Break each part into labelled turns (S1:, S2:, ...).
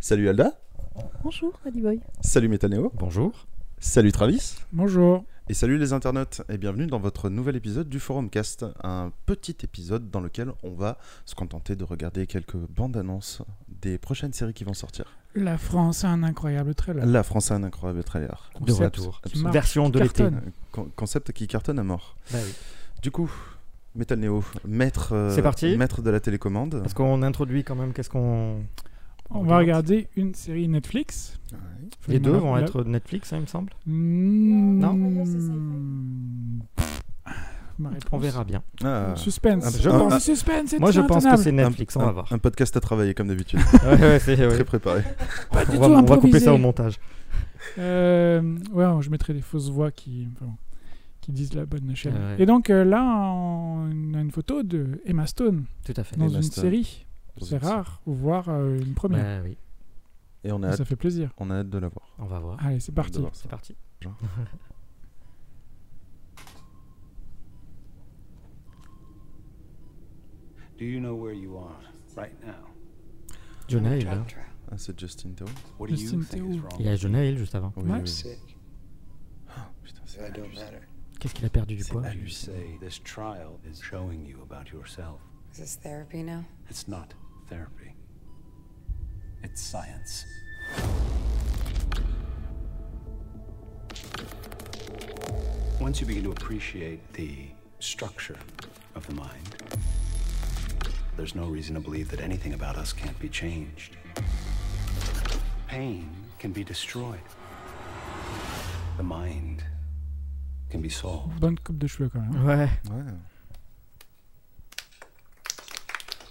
S1: Salut Alda.
S2: Bonjour, Daddy Boy.
S1: Salut Métanéo.
S3: Bonjour.
S1: Salut Travis.
S4: Bonjour.
S1: Et salut les internautes et bienvenue dans votre nouvel épisode du Forum Cast, un petit épisode dans lequel on va se contenter de regarder quelques bandes annonces des prochaines séries qui vont sortir.
S4: La France a un incroyable trailer.
S1: La France a un incroyable trailer. Euh,
S3: De retour.
S4: Absolument.
S3: Version de l'été.
S4: Cartonne.
S1: Con- concept qui cartonne à mort.
S3: Bah oui.
S1: Du coup, Metal Neo, maître, euh,
S3: C'est parti.
S1: maître de la télécommande.
S3: Parce qu'on introduit quand même, qu'est-ce qu'on.
S4: On va regarder une série Netflix.
S3: Les deux vont
S4: La-
S3: être Netflix, hein, il me semble.
S4: Mm,
S3: Non.
S4: Pff, ma
S3: On
S4: réponse.
S3: verra bien.
S1: Ah,
S4: Suspense.
S3: Ah, je
S4: Oh,
S1: pense-
S4: le suspense, c'est
S3: Moi, je pense que
S4: intenable.
S3: c'est Netflix, on
S1: un,
S3: va voir.
S1: un podcast à travailler comme d'habitude,
S3: Ouais, ouais, c'est- ouais.
S1: très préparé.
S4: pas du
S3: On va,
S4: tout
S3: on va couper
S4: improvisé.
S3: ça au montage.
S4: Euh, ouais, je mettrai des fausses voix qui, enfin, bon, qui disent la bonne chaîne.
S3: Ah ouais.
S4: Et donc euh, là, on a une photo de Emma Stone
S3: Tout à fait.
S4: dans
S1: Emma
S4: une
S1: Stone.
S4: série. C'est rare, voire euh, une première.
S3: Bah oui,
S1: Et on a,
S4: Ça
S1: hâte,
S4: fait plaisir.
S1: on a hâte de l'avoir.
S3: on va voir.
S4: Allez, c'est
S1: De
S4: parti.
S1: voir ça.
S3: C'est parti.
S5: Do you know where you are right now?
S3: Jonah Hill. hein.
S1: Ah, c'est Justin Théo.
S5: What do
S4: Justin
S5: you think is
S4: Theroux.
S5: wrong?
S3: Il y a Jonah Hill juste avant.
S1: Oui, oui,
S4: Ouais.
S1: oui. Ah,
S5: Sick.
S1: Putain,
S5: I
S1: c'est
S5: don't matter.
S3: Qu'est-ce qu'il a perdu du
S1: C'est
S3: poids
S1: pas
S5: You
S1: lui.
S5: say this trial is showing you about yourself.
S6: Is this therapy now?
S5: It's not therapy. It's science. Once you begin to appreciate the structure of the mind, there's no reason to believe that anything about us can't be changed. Pain can be destroyed. The mind can be solved.
S4: Bonne coupe Oh, de cheveux quand même.
S3: Ouais.
S1: Ouais.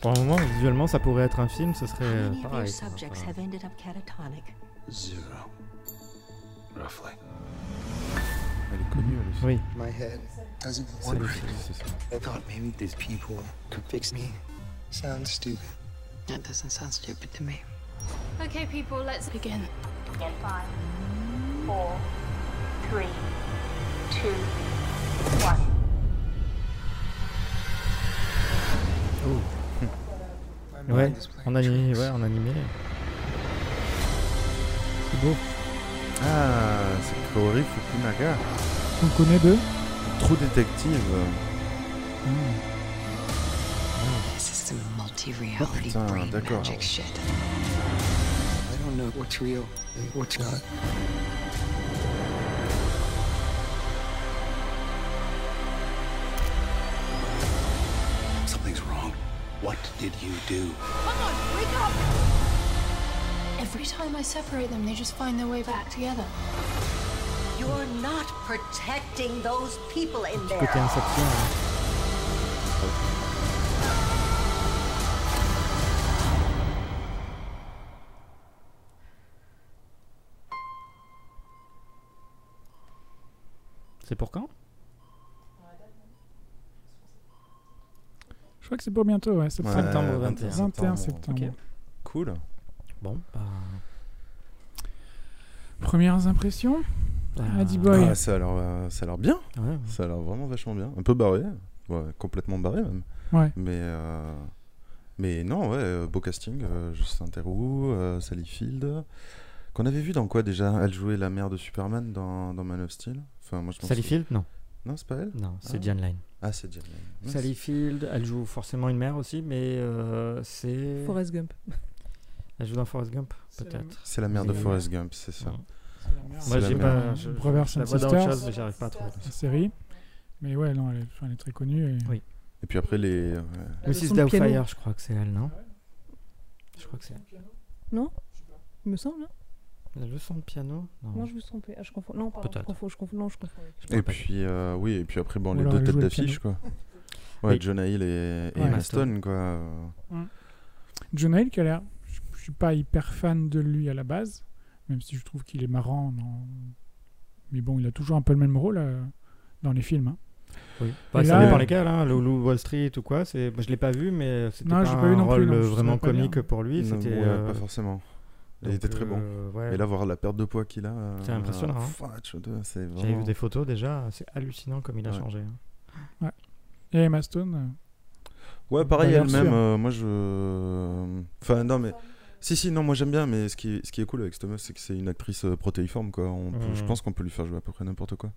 S3: Pour le moment, visuellement, ça pourrait être un film, ce serait
S7: How
S3: euh,
S7: many of your
S3: pareil. ça,
S7: subjects
S3: enfin,
S7: have ended up catatonic?
S5: Zero. Roughly.
S1: Elle est connue, elle aussi.
S3: Oui,
S8: My head doesn't
S3: c'est
S8: want
S3: le
S8: it.
S3: film.
S1: C'est ça.
S8: I thought maybe these people could fix me. Sounds stupid.
S6: That doesn't sound stupid to me.
S9: Okay, people, let's begin.
S7: In five, four, three, two, one.
S8: My
S3: Ouais,
S8: mind is playing
S3: en animé. Ouais, en animé. C'est beau.
S1: Ah, c'est Kaori Fukunaga.
S4: On connaît deux.
S1: Trou détective.
S6: This is some multi-reality
S1: putain,
S6: brain
S1: d'accord.
S6: magic shit.
S8: tricks. I don't know what's real and what's not.
S5: Something's wrong. What did you do?
S9: Come on, wake up! Every time I separate them, they just find their way back together.
S7: You're not protecting those people in there.
S3: Côté Inception. hein. C'est pour quand
S4: Je crois que c'est pour bientôt, ouais,
S1: Ouais,
S4: septembre.
S3: septembre 21.
S4: 21 septembre.
S3: Ok.
S1: Cool.
S3: Bon, bah.
S4: Premières impressions
S3: bah,
S4: dis boy. Ouais.
S1: Ah, ça a l'air euh, ça a l'air bien.
S3: ouais, ouais.
S1: Ça a l'air vraiment vachement bien. Un peu barré. Ouais, complètement barré même.
S4: Ouais.
S1: Mais, euh, mais non, ouais, euh, beau casting. euh, Justin Theroux, euh, Sally Field. Qu'on avait vu dans quoi déjà Elle jouait la mère de Superman dans, dans Man of Steel. Enfin, moi, je m'en
S3: Sally
S1: souviens.
S3: Field Non,
S1: Non, c'est pas elle
S3: non, c'est
S1: Ah.
S3: Jan Line.
S1: Ah, c'est Jane. Mince.
S3: Sally Field, elle joue forcément une mère aussi, mais euh, c'est.
S2: Forrest Gump.
S3: Elle joue dans Forrest Gump,
S4: C'est la-
S3: peut-être.
S1: C'est la mère de
S3: C'est-
S1: Forrest Gump, c'est ça.
S3: Ouais.
S1: C'est
S3: Moi,
S1: la
S3: j'ai
S1: mère.
S3: pas. Je, je
S4: Brothers
S3: la
S4: and
S3: vois dans autre
S4: Sisters,
S3: chose, mais j'arrive pas à trouver.
S4: la série. Mais ouais, non, elle est, enfin, elle est très connue. Et...
S3: Oui.
S1: Et puis après, les. euh, ouais.
S2: La
S3: Mrs.
S2: leçon de piano,
S3: Doubtfire, je crois que c'est elle, non Je crois que c'est elle.
S2: Il me semble. hein.
S3: La leçon de piano Non.
S2: Non, je me suis trompée. Ah, je confonds. Non, pardon, je
S3: Peut-être.
S2: confonds. Je confonds. Non, je confonds. avec-
S1: Et puis, euh, oui, et puis après, bon,
S4: Ou
S1: les
S4: alors
S1: deux
S4: elle
S1: têtes
S4: joue le
S1: d'affiche, quoi. Ouais,
S3: Oui.
S1: Jonah Hill et, et
S4: Ouais.
S1: Emma Stone, quoi. Euh,
S4: Jonah Hill, qui a l'air. Je, je suis pas hyper fan de lui à la base, même si je trouve qu'il est marrant. dans- Mais bon, il a toujours un peu le même rôle euh, dans les films. hein.
S3: Oui. Bah,
S4: Et
S3: ça
S4: là,
S3: dépend
S4: euh,
S3: lesquels, hein, le Loup Wall Street ou quoi. C'est... moi, Je l'ai pas vu, mais euh, c'était
S4: Non,
S3: pas,
S4: j'ai
S3: un
S4: pas vu non plus,
S3: rôle
S4: non, je
S3: euh,
S4: saurais
S3: vraiment
S4: pas dire.
S3: comique pour lui.
S1: non,
S3: C'était,
S1: ouais,
S3: euh,
S1: pas forcément. Il
S3: donc,
S1: était très bon.
S3: euh, ouais.
S1: Et là, voir la perte de poids qu'il a. euh,
S3: C'est impressionnant, hein.
S1: fuck, je te- c'est
S3: J'avais
S1: vraiment.
S3: vu des photos déjà, c'est hallucinant comme il a
S1: Ouais.
S3: changé. hein.
S4: Et Emma Stone, euh,
S1: Ouais, pareil,
S4: Pas l'air
S1: elle-même.
S4: sûr.
S1: euh, moi, je. euh, Enfin, non, mais. Si, si, non, moi j'aime bien, mais ce qui, ce qui est cool avec cette meuf, c'est que c'est une actrice euh, protéiforme, quoi. On peut- Je
S3: Mhm.
S1: pense qu'on peut lui faire jouer à peu près n'importe quoi.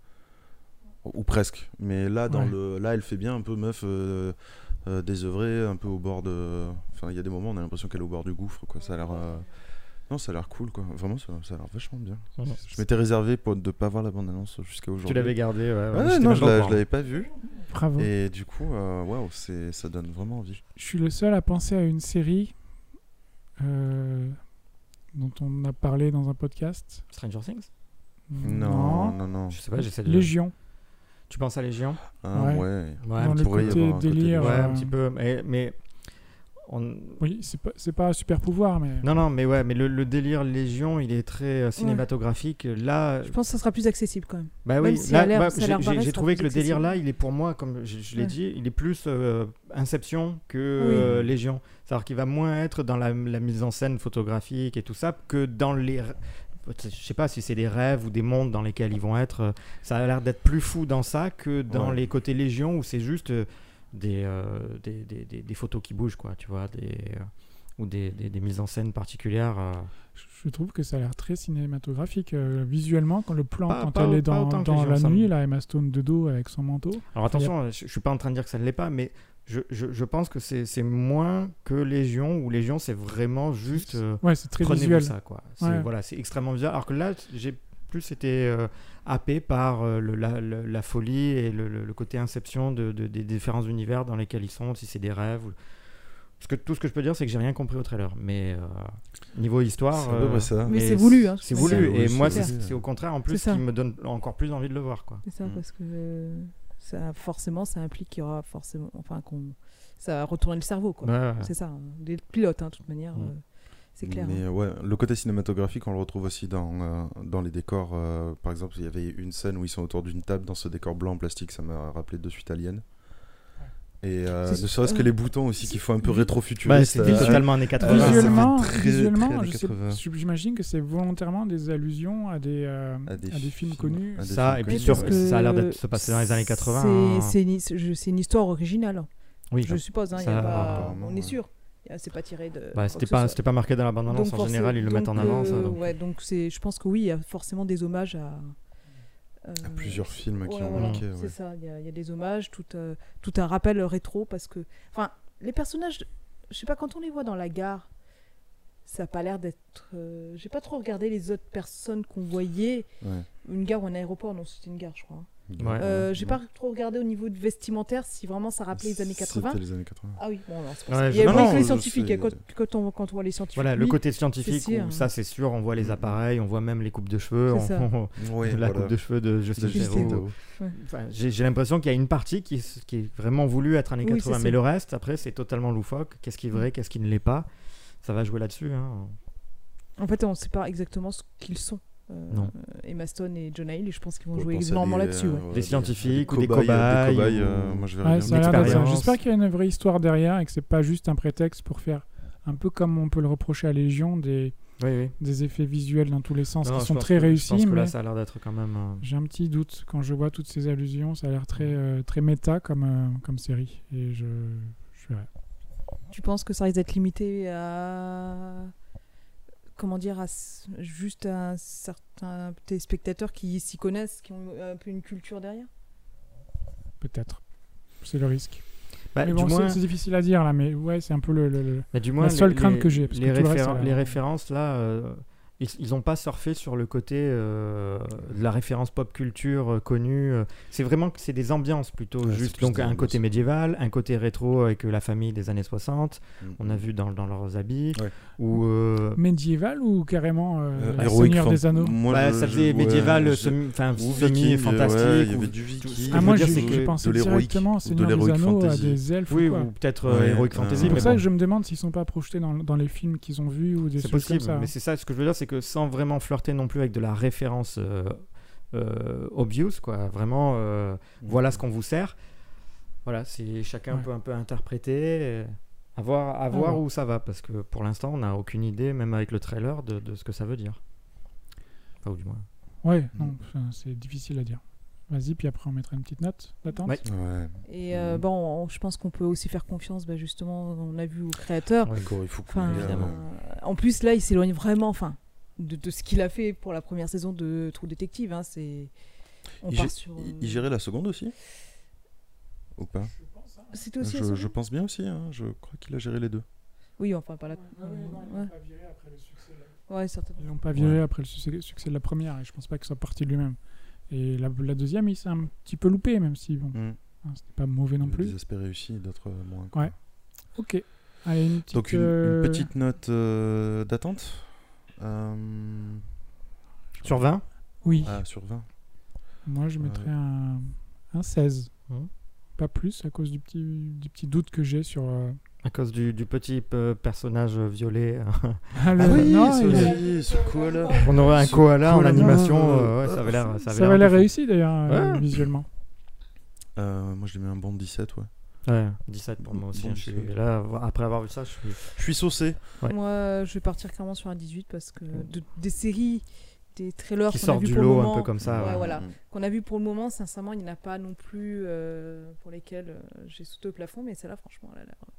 S1: Ou, ou presque. Mais là, dans
S4: Ouais.
S1: le, là, elle fait bien un peu meuf euh, euh, désœuvrée, un peu au bord de. Enfin, il y a des moments, on a l'impression qu'elle est au bord du gouffre, quoi. Ça a l'air. euh, Non, ça a l'air cool, quoi. Vraiment, ça, ça a l'air vachement bien.
S3: Mhm.
S1: Je m'étais réservé pour de pas voir la bande-annonce jusqu'à aujourd'hui.
S3: Tu l'avais gardé, ouais. ouais,
S1: Ouais,
S3: j'étais
S1: non,
S3: même
S1: je
S3: pas hein. au
S1: l'a- je
S3: courant.
S1: l'avais pas vu.
S3: Mmh.
S4: Bravo.
S1: Et du coup, euh, waouh, c'est ça donne vraiment envie.
S4: Je suis le seul à penser à une série euh, dont on a parlé dans un podcast.
S3: Stranger Things
S1: Non, non, non.
S3: Je sais pas, j'essaie de.
S4: Légion.
S3: Tu penses à Légion
S1: Ah,
S4: Ouais.
S1: ouais.
S3: Ouais,
S4: Dans
S3: un
S4: le
S3: petit peu.
S1: pourrait y
S4: côté
S1: avoir un côté
S4: délire.
S1: Légion.
S3: Ouais,
S4: euh,
S3: un petit peu. Mais, mais on...
S4: Oui, c'est pas, c'est pas un super pouvoir, mais.
S3: Non, non, mais ouais, mais le, le délire Légion, il est très euh, cinématographique. Là,
S2: Je pense que ça sera plus accessible quand même.
S3: bah
S2: même
S3: oui,
S2: si
S3: là,
S2: à l'air-
S3: bah,
S2: ça a
S3: j'ai-
S2: l'air
S3: j'ai
S2: barré,
S3: j'ai
S2: ça
S3: trouvé que
S2: reste
S3: le délire là,
S2: accessible.
S3: il est pour moi, comme je, je l'ai
S2: Ouais.
S3: dit, il est plus euh, Inception que
S2: Oui.
S3: euh, Légion. C'est-à-dire qu'il va moins être dans la, la mise en scène photographique et tout ça que dans les. r- Je sais pas si c'est des rêves ou des mondes dans lesquels ils vont être. euh, Ça a l'air d'être plus fou dans ça que dans
S1: Ouais.
S3: les côtés Légion où c'est juste euh, des, euh, des, des, des- des photos qui bougent, quoi, tu vois, des, euh, ou des, des- des mises en scène particulières. euh.
S4: Je- Je trouve que ça a l'air très cinématographique euh, visuellement quand le plan
S3: Pas-
S4: quand
S3: pas-
S4: elle
S3: pas
S4: est dans,
S3: autant que
S4: dans
S3: les
S4: la
S3: gens, ça me-
S4: nuit là Emma Stone de dos avec son manteau.
S3: Alors attention, euh, je, je suis pas en train de dire que ça ne l'est pas, mais je, je, je pense que c'est c'est moins que Légion, où Légion c'est vraiment juste euh,
S4: Ouais, c'est très
S3: prenez-vous
S4: visuel.
S3: ça, quoi. C'est
S4: Ouais.
S3: voilà, c'est extrêmement visuel. Alors que là, j'ai plus été euh, happé par euh, le- la, le- la folie et le, le- le côté inception de, de- des différents univers dans lesquels ils sont, si c'est des rêves. Ou... Parce que tout ce que je peux dire, c'est que j'ai rien compris au trailer, mais euh, niveau histoire.
S1: C'est à peu près ça.
S2: Mais c'est voulu, hein,
S3: C'est
S2: je
S1: pense.
S3: voulu,
S1: C'est-
S3: et
S1: c'est
S3: moi, c'est
S1: voulu.
S3: c'est au contraire en plus
S2: C'est ça.
S3: qui me donne encore plus envie de le voir, quoi.
S2: C'est ça,
S3: Mm.
S2: parce que euh, ça, forcément, ça implique qu'il y aura forcément. Enfin, qu'on. Ça va retourner le cerveau, quoi.
S3: Ouais, ouais.
S2: C'est ça. hein. Des pilotes, hein, de toute manière.
S3: Mm.
S2: euh, c'est clair.
S1: Mais
S2: hein.
S1: euh, ouais, le côté cinématographique, on le retrouve aussi dans, euh, dans les décors. euh, par exemple, il y avait une scène où ils sont autour d'une table dans ce décor blanc en plastique, ça m'a rappelé de suite Alien. Et euh,
S2: C'est-
S1: ne serait-ce que
S2: euh,
S1: les boutons aussi qui font un peu
S3: Bah,
S1: rétro-futuriste.
S3: c'était
S1: euh,
S3: totalement années 80.
S1: Voilà, ça fait
S4: visuellement,
S1: très,
S4: visuellement,
S1: très années
S4: je sais-
S1: 80.
S4: j'imagine que c'est volontairement des allusions à des, euh, à des, films, connus.
S1: à des
S3: Ça,
S1: films connus.
S3: et puis
S2: Oui,
S3: sur-
S2: parce
S3: ça a l'air
S2: que
S3: d'être se passer dans les années 80,
S2: c'est-
S3: hein.
S2: C'est une, hi- je- c'est une histoire originale, hein.
S3: Oui,
S2: je suppose. hein, il y a
S3: ça-
S2: pas-
S1: Apparemment,
S2: on
S1: ouais.
S2: est sûr. Il y a- C'est pas tiré de.
S3: Bah,
S2: quoi
S3: c'était
S2: que ce
S3: pas,
S2: soit.
S3: c'était pas marqué dans la bande-annonce.
S2: Donc,
S3: En général,
S2: forcé-
S3: ils le mettent en
S2: donc,
S3: avance.
S2: euh,
S3: donc.
S2: ouais, donc c'est, je pense que oui, il y a forcément des hommages à. euh,
S1: Il y a plusieurs films qui
S2: ouais,
S1: ont
S2: voilà,
S1: marqué.
S2: C'est
S1: ouais.
S2: ça, il y, a- il y a des hommages, tout, euh, tout un rappel rétro parce que. Enfin, les personnages, je sais pas, quand on les voit dans la gare, ça a pas l'air d'être. euh, J'ai pas trop regardé les autres personnes qu'on voyait.
S1: Ouais.
S2: Une gare ou un aéroport, non, c'était une gare, je crois. hein.
S3: Ouais.
S2: Euh, J'ai pas trop regardé au niveau de vestimentaire si vraiment ça rappelait les années 80.
S1: C'était les années 80.
S2: Ah oui, bon, alors, c'est pour
S3: Ouais,
S2: ça.
S3: je-
S2: Il y a
S1: non,
S2: pas
S1: non,
S2: que les
S1: je
S2: scientifiques.
S1: sais.
S2: Quand, quand on, quand on voit les scientifiques.
S3: Voilà, le
S2: lui,
S3: côté scientifique,
S2: sûr,
S3: où
S2: hein.
S3: ça c'est sûr, on voit les
S1: Mm.
S3: appareils, on voit même les coupes de cheveux,
S2: C'est ça.
S3: on-
S1: Ouais,
S3: la
S1: voilà.
S3: coupe de cheveux de Justin
S1: De Justin
S3: Theroux.
S1: Theroux.
S3: Enfin, J'ai j'ai l'impression qu'il y a une partie qui, s- qui est vraiment voulue être années
S2: Oui,
S3: 80,
S2: c'est
S3: mais
S2: ça. Mm.
S3: le reste, après, c'est totalement loufoque. Qu'est-ce qui est vrai, qu'est-ce qui ne l'est pas Ça va jouer là-dessus. hein.
S2: En fait, on ne sait pas exactement ce qu'ils sont. Euh,
S3: Non.
S2: Emma Stone et Jonah Hill, et je pense qu'ils vont
S1: Ouais,
S2: jouer
S1: pensez à
S2: énormément
S1: des,
S2: là-dessus.
S1: euh,
S2: ouais.
S1: ouais,
S3: Des scientifiques ou des
S1: cobayes, euh, des
S3: cobayes,
S1: cobayes, euh,
S3: ou-
S1: moi, je verrais
S4: Ouais,
S1: bien
S4: ça a l'air d'être ça.
S3: L'expérience.
S4: J'espère qu'il y a une vraie histoire derrière et que c'est pas juste un prétexte pour faire un peu comme on peut le reprocher à Légion des,
S3: Oui, oui.
S4: des effets visuels dans tous les sens
S3: Non,
S4: qui
S3: je
S4: sont
S3: pense
S4: très
S3: que- Je pense
S4: réussis.
S3: que là,
S4: mais
S3: ça a l'air d'être quand même. euh,
S4: J'ai un petit doute quand je vois toutes ces allusions. Ça a l'air très euh, très méta comme euh, comme série et je je verrai.
S2: Tu penses que ça risque d'être limité à. Comment dire à s- Juste à un certain téléspectateurs qui s'y connaissent, qui ont un peu une culture derrière
S4: peut-être. C'est le risque.
S3: bah,
S4: mais
S3: du
S4: bon, c'est-
S3: moins-
S4: c'est difficile à dire là. Mais ouais, c'est un peu le- le- le...
S3: Mais du moins,
S4: La seule
S3: les-
S4: crainte
S3: les-
S4: que j'ai, parce
S3: les,
S4: que tout le reste, ça
S3: référen-
S4: va.
S3: les références là, euh, ils n'ont pas surfé sur le côté euh, de la référence pop culture euh, connue. euh. C'est vraiment que c'est des ambiances plutôt,
S1: Ouais, c'est
S3: juste
S1: plus
S3: donc
S1: des
S3: un
S1: ambiances.
S3: côté médiéval, un côté rétro avec euh, la famille des années 60.
S1: Mm.
S3: On a vu dans, dans leurs habits
S1: Ouais.
S3: ou euh,
S4: médiéval ou carrément euh,
S1: Euh,
S4: le
S1: Heroic
S4: Seigneur
S1: Fan-
S4: des Anneaux
S1: Moi,
S3: bah,
S1: je-
S3: ça faisait
S1: je- ouais,
S3: médiéval, euh,
S1: je-
S3: semi, enfin,
S1: Ou
S3: semi
S1: viking, ouais, il
S3: fantastique.
S1: y
S3: ou-
S1: avait du viking.
S3: ce que
S4: Ah,
S3: je
S4: moi,
S3: veux
S4: j'ai
S3: dire, c'est que
S4: j'ai pensé
S1: de l'héroïque-
S4: directement au
S1: de
S4: Seigneur des
S1: l'héroïque
S4: Anneaux à
S1: fantasy.
S4: des elfes.
S3: Oui,
S4: ou quoi.
S3: ou peut-être
S1: Ouais,
S3: euh, Heroic
S1: euh,
S3: Fantasy,
S4: C'est pour
S3: mais
S4: ça
S3: bon.
S4: que je me demande s'ils sont pas projetés dans, dans les films qu'ils ont vus ou des choses
S3: C'est possible,
S4: comme ça.
S3: mais c'est ça. Ce que je veux dire, c'est que sans vraiment flirter non plus avec de la référence euh, euh, obvious, quoi. Vraiment, euh, voilà ce qu'on vous sert. Voilà, c'est chacun
S4: Ouais.
S3: peut un peu interpréter, euh, à voir, à voir
S4: voir.
S3: où ça va, parce que pour l'instant, on n'a aucune idée, même avec le trailer, de, de ce que ça veut dire. Enfin, ou du moins.
S4: Ouais, non, enfin, c'est difficile à dire. Vas-y, puis après on mettra une petite note d'attente.
S3: Ouais.
S1: Ouais.
S2: Et euh,
S1: Mm.
S2: bon, on- je pense qu'on peut aussi faire confiance, bah, justement, on a vu aux créateurs.
S1: Encore, il faut qu'on
S2: Enfin,
S1: regarde,
S2: évidemment,
S1: ouais.
S2: euh, En plus, là, il s'éloigne vraiment enfin, de, de ce qu'il a fait pour la première saison de Trou Détective. Hein, c'est... On
S1: Il,
S2: part
S1: gé-
S2: sur.
S1: il-
S2: euh,
S1: il gérait la seconde aussi Ou pas
S2: C'était aussi. la
S1: je,
S2: seconde
S1: je pense bien aussi, hein, je crois qu'il a géré les deux.
S2: Oui, enfin, pas la. Ouais, ouais, certainement.
S4: Ils l'ont pas viré
S1: Ouais.
S4: après le succès, succès de la première et je pense pas qu'il soit parti de lui-même. Et la, la deuxième, il s'est un petit peu loupé, même si bon,
S1: Mm.
S4: hein, c'était pas mauvais non
S1: Des
S4: plus.
S1: aspects réussis, d'autres euh, moins.
S4: Ouais. Ok. Allez, une petite,
S1: Donc une, une
S4: euh,
S1: petite note euh, d'attente Euh,
S3: Sur 20
S4: Oui,
S1: ah, sur 20.
S4: moi je
S1: ouais.
S4: mettrais un, un 16.
S3: Mhm.
S4: Pas plus à cause du petit, du petit doute que j'ai sur. euh,
S3: À cause du, du petit euh, personnage violet. hein.
S4: le- Euh, non,
S1: ce,
S4: il-
S1: ce koala.
S3: on aurait un
S1: Ce
S3: koala en
S1: koala.
S3: animation.
S1: Non,
S3: euh, ouais, ça avait l'air. Ça,
S4: Ça va l'air
S3: l'air un peu
S4: réussi d'ailleurs, euh,
S3: Ouais.
S4: visuellement.
S1: Euh, moi, je lui mets un bon 17, ouais.
S3: fou. Ouais, 17 pour moi aussi.
S1: Bon,
S3: hein, je suis-
S1: c'est-
S3: là, après avoir vu ça, je suis.
S1: Je suis saucé.
S3: Ouais.
S2: Moi, je vais partir clairement sur un 18 parce que de- des séries, des trailers
S3: Qui
S2: qu'on
S3: sort
S2: a vu
S3: du
S2: pour
S3: lot
S2: le
S3: un
S2: moment,
S3: peu comme ça,
S2: ouais,
S3: ouais.
S2: voilà,
S1: Mm.
S2: qu'on a vu pour le moment, sincèrement, il n'y en a pas non plus euh, pour lesquels euh, j'ai sauté au plafond, mais celle-là, franchement, elle a l'air.
S3: Euh,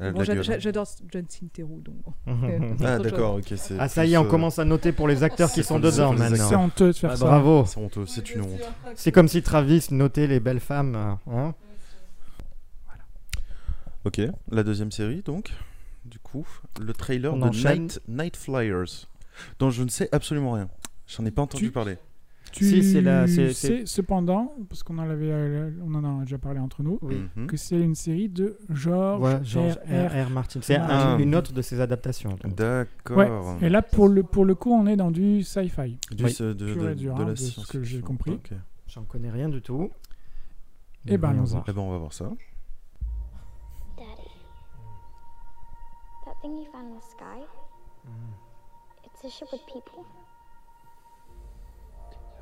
S1: Elle a de
S2: Bon,
S1: Ah, la
S2: j'a-
S1: gueule. hein.
S2: j'a- j'adore John Cintero, donc. euh, bon.
S1: Ah, d'accord, ok. c'est
S3: Ah, ça
S1: plus,
S3: y est, on
S1: euh,
S3: commence à noter pour les acteurs qui
S1: c'est
S3: sont
S1: comme-
S3: dedans
S1: c'est comme les
S4: C'est
S3: maintenant.
S1: acteurs.
S4: honteux de faire
S3: Ah,
S4: ça.
S3: bravo.
S1: C'est honteux, c'est une honte.
S3: C'est comme si Travis notait les belles femmes. euh, hein.
S1: Ok, la deuxième série donc, du coup, le trailer
S3: On
S1: de
S3: enchaîne.
S1: Night, Night Flyers, dont je ne sais absolument rien. J'en ai pas entendu
S4: Tu-
S1: parler.
S4: Tu
S3: Si, c'est la- c'est-
S4: sais
S3: c'est-
S4: cependant, parce qu'on en, avait, euh, on en a déjà parlé entre nous,
S3: Oui.
S1: Mhm.
S4: que c'est une série de George,
S3: Ouais, George
S4: R.R.
S3: R. R. Martin. C'est
S4: Ah.
S3: un- une autre de ses adaptations. donc.
S1: D'accord.
S4: Et là, pour le, pour le coup, on est dans du sci-fi.
S1: Du-
S3: Oui.
S1: de, de-
S4: Pur et dur,
S1: de
S4: hein,
S1: la
S4: de ce que
S1: science-fiction.
S4: j'ai compris.
S1: Ok.
S3: J'en connais rien du tout.
S4: Eh ben,
S3: Voyons
S4: allons-y.
S3: voir.
S1: Eh ben on va voir ça.
S10: Daddy, that thing you found in the sky, it's a ship with people.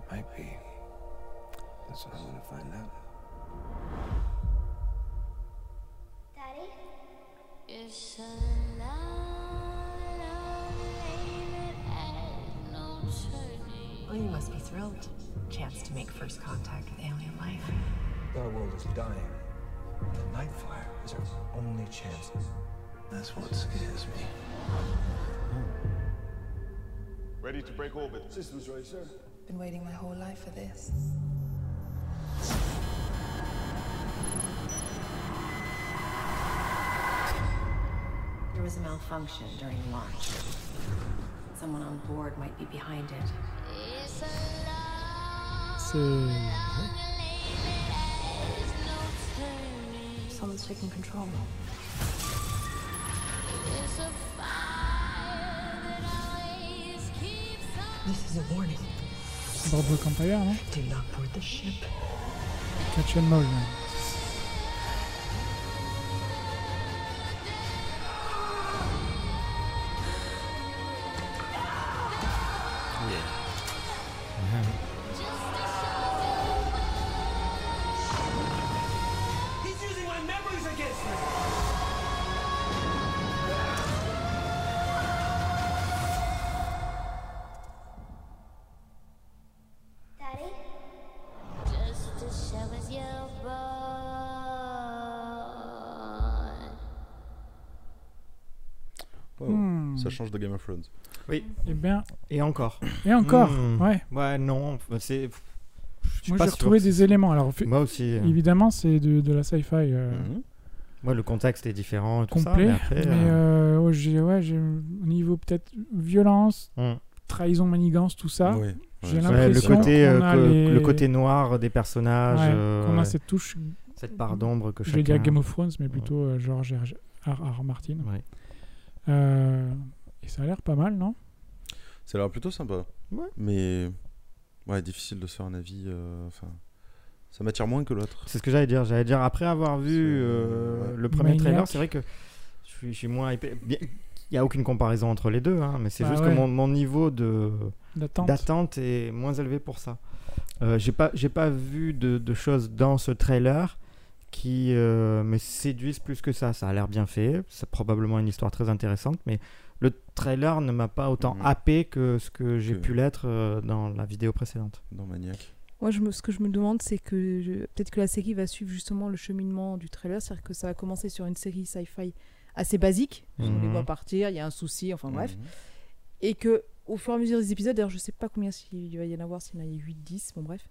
S5: It might be. That's what I'm gonna find out.
S10: Daddy?
S7: Well, Oh, you must be thrilled. Chance to make first contact with alien life.
S5: Our world is dying. The Nightfire is our only chance. That's what scares me.
S11: Ready to break orbit. Systems ready, sir.
S7: Been waiting my whole life for this. There was a malfunction during launch. Someone on board might be behind it.
S4: C'est
S7: Someone's taking control. This is a warning.
S4: Boardwalk Empire, non
S7: Do not board the ship.
S4: hein. Catch and Maul. ouais.
S5: He's using my memories against me!
S10: Daddy?
S1: Wow,
S4: Hmm.
S1: Oh, Ça change de Game of Thrones.
S4: Eh bien,
S3: Et encore.
S4: et encore,
S3: Hmm.
S4: ouais.
S3: Ouais, non. C'est. je suis
S4: Moi,
S3: pas
S4: j'ai
S3: sûr.
S4: retrouvé des éléments. Alors, fi-
S3: Moi aussi. euh,
S4: évidemment, c'est de, de la sci-fi euh,
S1: Mhm.
S3: Moi, le contexte est différent et tout ça,
S4: complet.
S3: Hmm. mais après,
S4: mais
S3: euh,
S4: euh, ouais, j'ai, ouais, j'ai- au niveau peut-être violence,
S3: hum.
S4: trahison, manigance, tout ça,
S1: Oui,
S4: j'ai
S1: ouais.
S3: Ouais, le
S4: l'impression
S3: côté, euh,
S4: qu'on a
S3: que-
S4: les-
S3: le côté noir des
S4: ouais,
S3: personnages, euh,
S4: qu'on a
S3: ouais,
S4: cette touche,
S3: cette part d'ombre que
S4: je
S3: chacun.
S4: vais dire Game of Thrones, mais plutôt euh, George R. R. R. Martin.
S3: Ouais.
S4: Euh, et ça a l'air pas mal, non
S1: Ça a l'air plutôt sympa.
S3: Ouais.
S1: Mais ouais, difficile de se faire un avis. euh, Enfin, ça m'attire moins que l'autre.
S3: C'est ce que j'allais dire. J'allais dire après avoir vu
S1: C'est-
S3: euh,
S1: ouais.
S3: le premier
S4: Maniac.
S3: trailer, c'est vrai que je suis, je suis moins hypé. Bien- Il n'y a aucune comparaison entre les deux, hein, mais c'est
S4: Bah
S3: juste
S4: ouais.
S3: que mon, mon niveau de
S4: D'attente.
S3: d'attente est moins élevé pour ça. Euh, j'ai pas j'ai pas vu de, de choses dans ce trailer qui euh, me séduisent plus que ça. Ça a l'air bien fait. C'est probablement une histoire très intéressante, mais le trailer ne m'a pas autant
S1: Mhm.
S3: happé que ce que j'ai
S1: Que-
S3: pu l'être euh, dans la vidéo précédente.
S1: Dans Maniac.
S2: Moi, je me- ce que je me demande, c'est que je- peut-être que la série va suivre justement le cheminement du trailer, c'est-à-dire que ça a commencé sur une série sci-fi assez basiques. On les
S3: Mhm.
S2: voit partir, il y a un souci, enfin bref. Et que au fur et à mesure des épisodes, d'ailleurs je sais pas combien il va y en avoir, s'il y en a 8, 10, bon bref,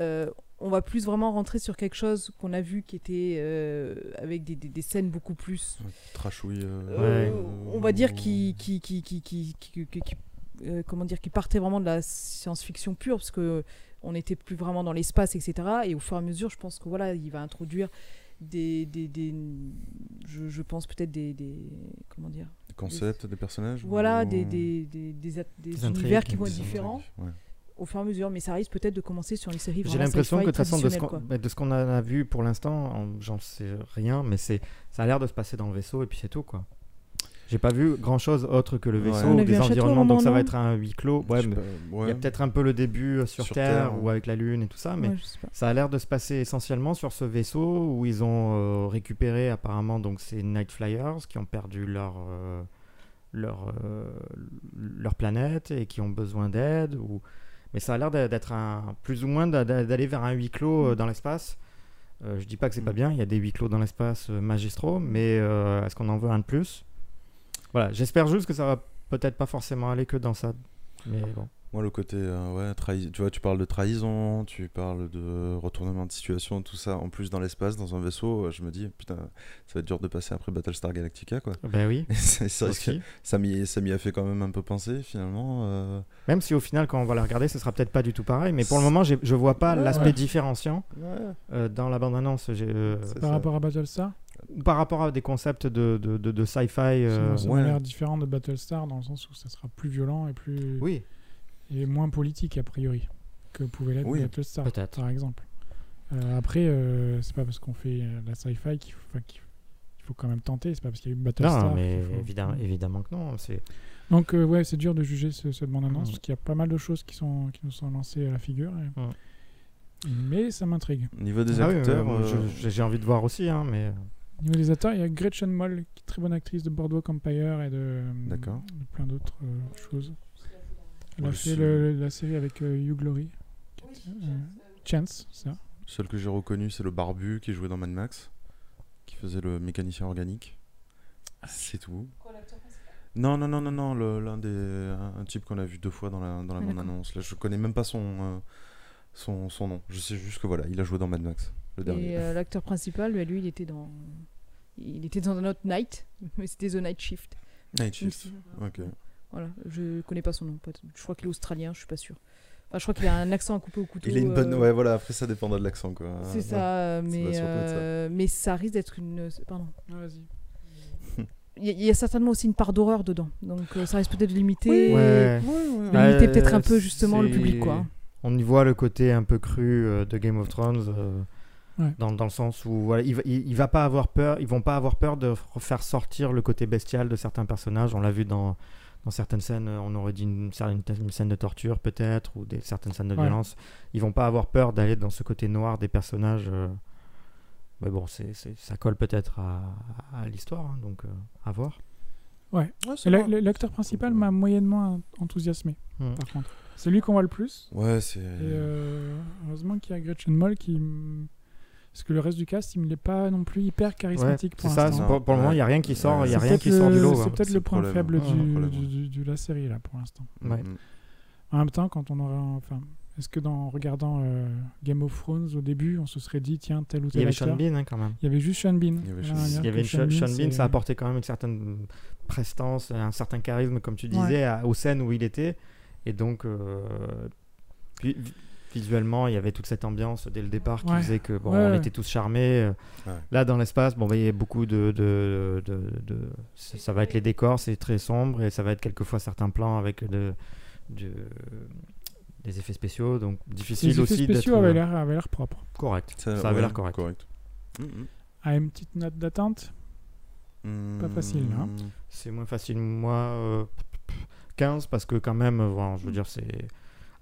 S2: euh, on va plus vraiment rentrer sur quelque chose qu'on a vu qui était euh, avec des, des- des scènes beaucoup plus
S1: Trashouille.
S2: euh, on va dire qui qui qui qui qui, qui- qui- qui- euh, comment dire qui partait vraiment de la science-fiction pure parce que on n'était plus vraiment dans l'espace etc et au fur et à mesure je pense que voilà il va introduire des, des, des- je, je pense peut-être des, des comment dire
S1: Des concepts, des personnages
S2: voilà
S1: ou-
S2: des
S3: Mmh.
S2: des, des, des at- des
S1: Des
S2: univers
S1: intrigues,
S2: qui vont
S1: des
S2: être différents
S1: intrigues, ouais.
S2: au fur et à mesure mais ça risque peut-être de commencer sur une série
S3: J'ai
S2: vraiment
S3: l'impression que
S2: sci-fi
S3: de toute façon, de ce
S2: traditionnelle,
S3: qu'on
S2: quoi.
S3: bah, de ce qu'on en a vu pour l'instant, on- j'en sais rien, mais c'est ça a l'air de se passer dans le vaisseau et puis c'est tout quoi. J'ai pas vu grand chose autre que le
S1: Ouais.
S3: vaisseau
S1: On a
S3: ou
S1: vu
S3: des
S1: un château,
S3: environnements, donc
S1: au
S3: ça va
S1: moment,
S3: être un huis clos.
S1: Je
S3: Ouais,
S1: sais
S3: mais
S1: pas,
S3: Il y
S1: ouais.
S3: a peut-être un peu le début euh, sur,
S1: Sur
S3: Terre,
S1: Terre,
S3: ou avec la Lune et tout ça, Ah, mais
S1: Ouais, je sais pas.
S3: ça a l'air de se passer essentiellement sur ce vaisseau où ils ont euh, récupéré apparemment donc ces Night Flyers qui ont perdu leur euh, leur euh, leur planète et qui ont besoin d'aide ou mais ça a l'air d'a- d'être un plus ou moins d'a- d'a- d'aller vers un huis clos euh, dans l'espace. Euh, je dis pas que c'est pas bien, il y a des huis clos dans l'espace euh, magistraux, mais euh, est-ce qu'on en veut un de plus Voilà, j'espère juste que ça va peut-être pas forcément aller que dans ça. Mais bon.
S1: Moi, le côté, euh, ouais, trahi- tu vois, tu parles de trahison, tu parles de retournement de situation, tout ça, en plus dans l'espace, dans un vaisseau, euh, je me dis, putain, ça va être dur de passer après Battlestar Galactica, quoi.
S3: Ben oui,
S1: C'est- c'est vrai que
S3: aussi.
S1: ça m'y ça m'y a fait quand même un peu penser, finalement. euh,
S3: Même si au final, quand on va la regarder, ce sera peut-être pas du tout pareil, mais pour le moment, j'ai- je vois pas
S1: Ouais.
S3: l'aspect différenciant
S1: Ouais.
S3: euh, dans la bande-annonce. j'ai, euh,
S4: Par rapport à Battlestar
S3: par rapport à des concepts de, de, de- de sci-fi. euh,
S4: Sinon, ça a l'air différent de Battlestar dans le sens où ça sera plus violent et plus.
S3: Oui.
S4: Et moins politique, a priori, que pouvait l'être
S3: Oui,
S4: Battlestar,
S3: peut-être.
S4: par exemple. Euh, après, euh, c'est pas parce qu'on fait euh, la sci-fi qu'il faut, enfin, qu'il il faut quand même tenter, c'est pas parce qu'il y a eu Battlestar.
S3: Non, mais
S4: qu'il hein, faut-
S3: évidemment, évidemment que non. c'est-
S4: Donc, euh, ouais, c'est dur de juger ce, cette bande-annonce,
S3: Mm.
S4: parce qu'il y a pas mal de choses qui, sont, qui nous sont lancées à la figure. et- Mais ça m'intrigue.
S1: Niveau des
S3: Ah oui,
S1: acteurs,
S3: euh,
S1: euh,
S3: je- j'ai- j'ai envie de voir aussi, hein, mais
S4: Au niveau des acteurs, il y a Gretchen Moll, qui est très bonne actrice de Boardwalk Empire et de, euh,
S1: D'accord.
S4: de plein d'autres euh, choses. Elle a
S1: Ouais,
S4: fait
S1: c'est-
S4: le- la série avec euh, Hugh Glory. Euh, Chance, ça.
S1: Seul que j'ai reconnu, c'est le barbu qui jouait dans Mad Max, qui faisait le mécanicien organique.
S3: Ah,
S1: C'est tout. Non, non, non, non, non, le- l'un des. Un un type qu'on a vu deux fois dans la, dans la
S4: Ah, d'accord.
S1: bande-annonce. Là, je connais même pas son, euh, son, son nom. Je sais juste que voilà, il a joué dans Mad Max, le dernier.
S2: Et euh, l'acteur principal, lui, lui, il était dans, il était dans un autre Night, mais c'était The Night Shift.
S1: Night Shift,
S2: Donc,
S1: ok.
S2: Voilà, je connais pas son nom. pas- Je crois qu'il est australien, je suis pas sûr. Enfin, je crois qu'il a un accent à couper au couteau.
S1: il a une bonne.
S2: euh,
S1: Ouais, voilà, après ça dépendra de l'accent,
S3: Ah,
S1: quoi.
S2: C'est
S3: bah,
S1: Ouais.
S2: ça,
S1: Ça doit
S2: mais
S1: surtout être ça.
S2: euh, mais ça risque d'être une. Pardon.
S4: vas-y.
S2: Il y a- il y a certainement aussi une part d'horreur dedans, donc euh, ça risque peut-être de limiter,
S3: Ouais.
S2: de
S3: Bah,
S2: limiter peut-être un peu
S3: c'est-
S2: justement le public, quoi.
S3: On y voit le côté un peu cru euh, de Game of Thrones, euh,
S4: Ouais.
S3: dans, dans le sens où voilà, il, va- il- il va pas avoir peur, ils vont pas avoir peur de f- faire sortir le côté bestial de certains personnages. On l'a vu dans, dans certaines scènes, euh, on aurait dit une, cer- une- une scène de torture peut-être, ou des, certaines scènes de
S4: Ouais.
S3: violence. Ils vont pas avoir peur d'aller dans ce côté noir des personnages. euh. mais bon, c'est c'est- ça colle peut-être à, à l'histoire, hein, donc euh, à voir.
S4: Ouais.
S1: Ouais,
S4: Et la- la- l'acteur principal m'a moyennement enthousiasmé,
S3: Mm.
S4: par contre. C'est lui qu'on voit le plus.
S1: Ouais, c'est.
S4: Et euh, heureusement qu'il y a Gretchen Moll qui. m- Parce que le reste du cast, il ne l'est pas non plus hyper charismatique
S3: Ouais,
S4: pour
S3: c'est ça,
S4: l'instant.
S3: c'est pour- pour le moment, il y a rien qui sort- il y a
S4: C'est
S3: rien qui
S4: peut-être
S3: sort du
S4: le-
S3: lot, hein.
S4: C'est peut-être
S3: C'est
S4: le
S3: le
S4: point
S3: problème.
S4: faible
S3: Ouais, le
S4: du,
S3: problème,
S4: du- du- du- de la série, là, pour l'instant.
S1: mm,
S3: Ouais.
S4: En même temps, quand on aurait. Enfin, est-ce que dans en regardant euh, Game of Thrones au début, on se serait dit, tiens, tel ou
S3: Il y
S4: tel
S3: avait
S4: acteur
S3: Sean Bean hein, quand même.
S4: Il y avait juste Sean Bean.
S1: Il y avait
S4: Voilà,
S1: Sean
S4: on
S1: Bean.
S4: dirait
S3: Il y
S4: Ah, que
S3: avait une Sean, Sean Bean,
S4: c'est-
S3: ça apportait quand même une certaine prestance, un certain charisme, comme tu disais,
S4: Ouais.
S3: à- aux scènes où il était. Et donc, euh, puis, vi- visuellement, il y avait toute cette ambiance dès le départ qui
S4: Ouais.
S3: faisait que bon,
S4: Ouais,
S3: on
S4: ouais.
S3: était tous charmés. Euh,
S1: Ouais.
S3: Là, dans l'espace, bon, bah, il y a beaucoup de, de, de- de- ça, ça va être les décors, c'est très sombre et ça va être quelquefois certains plans avec de, de- des effets spéciaux, donc difficile
S4: Les effets
S3: aussi d'être euh,
S4: spéciaux avaient l'air avaient l'air propres.
S3: correct. Ça,
S1: Ça-
S3: avait
S1: ouais, Mm,
S3: l'air correct.
S4: Ah, une petite note d'attente
S1: mm.
S4: Pas facile, hein.
S3: C'est moins facile, moi, euh, 15, parce que quand même, euh, voilà, je
S4: Mm.
S3: veux dire, c'est...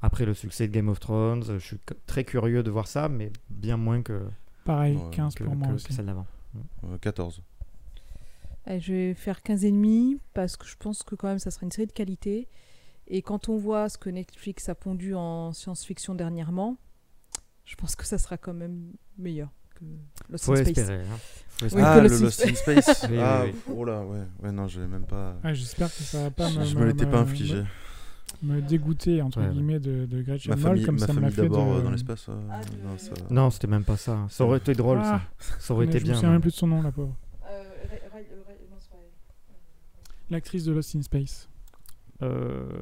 S3: Après le succès de Game of Thrones, euh, je suis c- très curieux de voir ça, mais bien moins que,
S4: Pareil,
S1: Ouais,
S4: 15
S3: que,
S4: pour moi
S3: que- que
S4: aussi.
S3: celle d'avant.
S1: Euh, 14.
S2: Allez, Eh, je vais faire 15 et demi parce que je pense que quand même ça sera une série de qualité. Et quand on voit ce que Netflix a pondu en science-fiction dernièrement, je pense que ça sera quand même meilleur. que Lost
S3: Faut
S2: in Space.
S3: espérer, hein. Faut
S2: Oui,
S3: espérer.
S2: que
S1: Ah, le Lost in Space
S3: Oui,
S1: Ah,
S3: oui, oui.
S1: oh là, ouais. Ouais, non, je l'ai même pas.
S4: Ah, J'espère que ça va pas
S1: Je
S4: me.
S1: me l'étais pas infligé.
S4: Me dégoûter, entre
S3: Ouais, ouais.
S4: guillemets, de, de Gretchen
S1: Ma
S4: Mol,
S1: famille,
S4: comme
S1: ma
S4: ça me l'a
S1: famille
S4: fait.
S1: d'abord
S4: de-
S1: euh, dans l'espace. euh, non, ça-
S3: Ah, Non, c'était même pas ça. Ça aurait été drôle,
S4: Ah,
S3: ça. Ça aurait
S4: mais
S3: été
S4: Je me
S3: bien. hein.
S4: souviens
S3: mais-
S4: même plus de son nom, la pauvre. L'actrice de Lost in Space.
S3: Euh,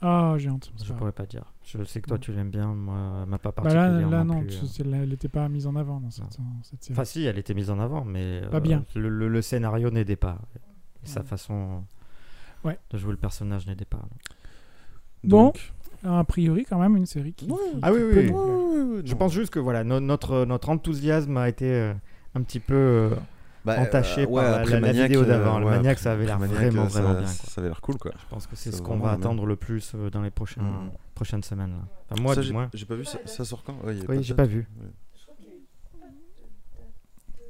S4: Ah, géante.
S3: Je pourrais pas dire. Je sais que toi tu l'aimes bien, moi elle m'a pas
S4: Bah là,
S3: particulièrement
S4: là, non,
S3: plu,
S4: tu-
S3: euh.
S4: c'est- elle n'était pas mise en avant dans cette, dans cette série.
S3: Enfin si, elle était mise en avant, mais euh,
S4: Pas bien.
S3: Le, le- le scénario n'aidait pas. Et sa façon euh,
S4: Ouais.
S3: de jouer le personnage n'aidait pas.
S4: bon,
S1: Donc,
S4: a priori, quand même, une série qui. qui-
S3: Ah
S4: qui
S3: oui,
S4: peut
S3: oui, oui.
S4: nous plaire.
S3: Je pense juste que voilà, no- notre, notre enthousiasme a été euh, un petit peu euh,
S1: bah,
S3: entaché
S1: euh, ouais,
S3: par la-
S1: après
S3: la, la
S1: Maniac,
S3: vidéo
S1: euh,
S3: d'avant. le
S1: ouais,
S3: Maniac,
S1: après-
S3: ça avait l'air
S1: après Maniac,
S3: vraiment,
S1: euh, ça-
S3: vraiment bien. quoi.
S1: Ça avait l'air cool, quoi.
S3: Je pense que c'est
S1: ça
S3: ce
S1: va
S3: qu'on va
S1: vraiment bien.
S3: attendre le plus euh, dans les prochaines,
S1: Mm.
S3: prochaines semaines. Là. Enfin, moi,
S1: Ça,
S3: du
S1: j'ai-
S3: moins.
S1: J'ai pas vu, ça, ça sort quand Ouais, il y a
S3: Oui,
S1: de
S3: j'ai
S1: date.
S3: pas vu.
S1: Ouais.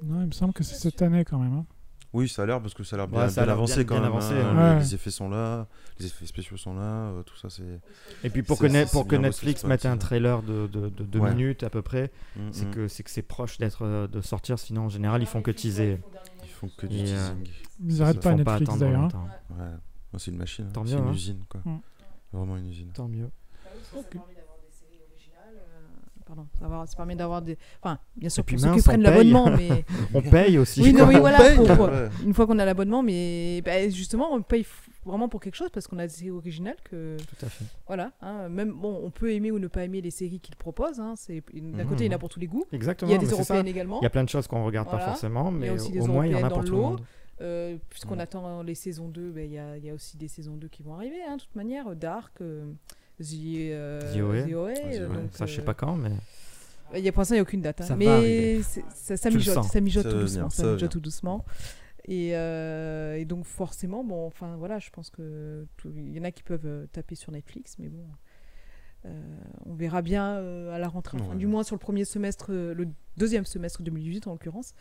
S4: Non, il me semble que c'est cette année quand même. hein.
S1: Oui, ça a l'air parce que ça a l'air bien,
S3: Ouais, ça a
S1: bien
S3: l'air
S1: avancé
S3: bien-
S1: quand
S3: bien
S1: même.
S3: avancé,
S1: hein.
S4: ouais.
S1: Les- Les effets sont là, les effets spéciaux sont là, euh, tout ça c'est.
S3: Et puis pour
S1: C'est-
S3: que, Net-
S1: c'est
S3: pour que
S1: bien bossé,
S3: Netflix
S1: c'est
S3: mette
S1: pas
S3: un
S1: petit.
S3: trailer de, de, de deux
S1: Ouais.
S3: minutes à peu près,
S1: Mm,
S3: c'est
S1: mm.
S3: que c'est que c'est proche d'être euh, de sortir. Sinon en général ils font que teaser.
S1: Ils font que du
S3: Et, euh,
S1: teasing.
S4: Ils
S1: Ça
S4: n'arrêtent pas
S3: Faut pas
S4: Netflix
S3: attendre
S4: d'ailleurs. hein.
S3: longtemps.
S1: Ouais, Moi, c'est une machine, hein.
S3: Tant
S1: c'est
S3: mieux,
S1: une
S3: hein.
S1: usine quoi.
S4: Mm.
S1: Vraiment une usine.
S3: Tant mieux.
S2: Pardon, ça va- ça permet d'avoir des. Enfin, bien sûr,
S3: Et puis
S2: pour ceux qui
S3: mince, on
S2: prennent
S3: paye.
S2: l'abonnement, mais.
S3: On paye aussi.
S2: oui, non,
S3: quoi.
S2: oui, voilà,
S1: paye.
S2: pour-
S1: Ouais.
S2: une fois qu'on a l'abonnement, mais bah, justement, on paye f- vraiment pour quelque chose parce qu'on a des séries originales que.
S3: Tout à fait.
S2: Voilà, hein, même bon, on peut aimer ou ne pas aimer les séries qu'il propose. Hein, c'est d'un
S3: Mhm.
S2: côté, il y en a pour tous les goûts.
S3: Exactement.
S2: Il y a des
S3: mais c'est ça.
S2: européennes également.
S3: Il y a plein de choses qu'on regarde pas
S2: Voilà.
S3: forcément,
S2: Il y
S3: mais
S2: a aussi des
S3: au moins il y en a
S2: européennes
S3: pour
S2: dans
S3: tout le
S2: l'eau.
S3: monde.
S2: Euh, Puisqu'on
S3: Mm.
S2: attend les saisons 2, ben, il y, a, il y a aussi des saisons 2 qui vont arriver, hein, de toute manière. Dark, euh, The, euh,
S3: The OA.
S2: The OA,
S1: The
S2: euh,
S1: OA.
S2: donc,
S3: Ça je sais
S2: euh,
S3: pas quand, mais
S2: il y a pour l'instant, il n'y a aucune date. hein.
S3: Ça va
S2: mais
S3: arriver.
S2: c'est- ça, ça
S3: Tu le
S2: mijote,
S3: sens.
S2: ça mijote
S1: Ça
S2: tout
S1: va
S2: doucement.
S1: venir,
S2: ça
S1: ça va
S2: mijote
S1: venir.
S2: tout doucement. Et, euh, et donc, forcément, bon, enfin, voilà, je pense que tout- il y en a qui peuvent euh, taper sur Netflix, mais bon, euh, on verra bien euh, à la rentrée, enfin,
S1: Ouais.
S2: du moins sur le premier semestre, euh, le deuxième semestre 2018 en l'occurrence.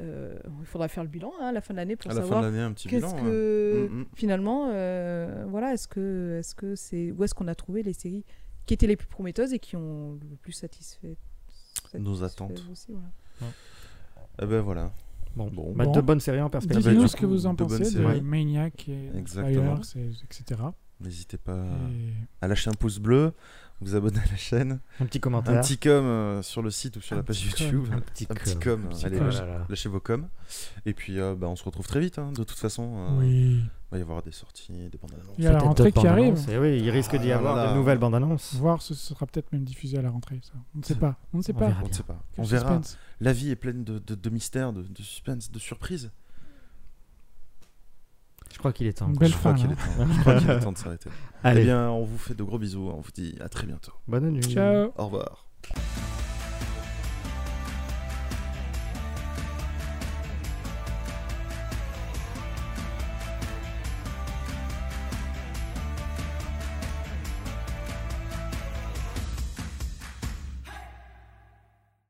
S2: Euh, il faudra faire le bilan hein, à la fin de l'année pour
S1: À la fin
S2: savoir
S1: de l'année, un petit
S2: Qu'est-ce
S1: bilan. ouais.
S2: que
S1: Mm, mm.
S2: finalement, euh, voilà, est-ce que, est-ce que c'est où est-ce qu'on a trouvé les séries qui étaient les plus prometteuses et qui ont le plus satisfait
S1: Nos
S2: satisfait
S1: attentes.
S2: aussi, voilà.
S1: Eh ben voilà.
S3: bon,
S1: Bon.
S3: Bah,
S4: Bon.
S3: deux bonnes séries en perspective.
S1: bah,
S4: Dites-nous
S1: du
S4: ce
S1: coup,
S4: que vous en
S1: de bonnes
S4: pensez de
S1: séries.
S4: Maniac et
S1: Exactement. Ah.
S4: Spires, et- etc.
S1: N'hésitez pas
S4: Et-
S1: à lâcher un pouce bleu, vous abonner à la chaîne,
S3: Un petit
S1: un
S3: commentaire.
S1: petit com euh, sur le site ou sur
S4: Un
S1: la page
S4: petit com.
S1: YouTube.
S3: petit
S1: un petit com,
S3: petit
S1: allez,
S3: com.
S1: lâchez- Lâchez vos coms. Et puis euh, bah, on se retrouve très vite, hein, de toute façon. euh,
S4: Oui.
S1: Il va y avoir des sorties, des bandes annonces.
S4: Il y a la
S3: Peut-être
S4: rentrée
S3: d'autres
S4: qui
S3: bandes
S4: arrive.
S3: annonces. Eh oui, il risque d'y
S1: Ah là
S3: avoir
S1: là.
S3: de nouvelles bandes annonces.
S4: Voir, ce sera peut-être même diffusé à la rentrée. Ça. On ne sait pas. On ne sait
S3: On
S4: pas.
S3: verra.
S1: On ne sait pas.
S4: Ah, Quel
S1: On verra.
S4: suspense.
S1: La vie est pleine de, de, de mystères, de, de suspense, de surprises.
S3: Je crois qu'il est temps.
S4: Une belle
S1: Je crois
S4: fin. hein.
S1: qu'il est
S4: là.
S1: temps- je crois qu'il est temps de s'arrêter. Eh
S3: Allez,
S1: bien, on vous fait de gros bisous. On vous dit à très bientôt.
S3: bonne nuit.
S4: Ciao.
S1: Au revoir.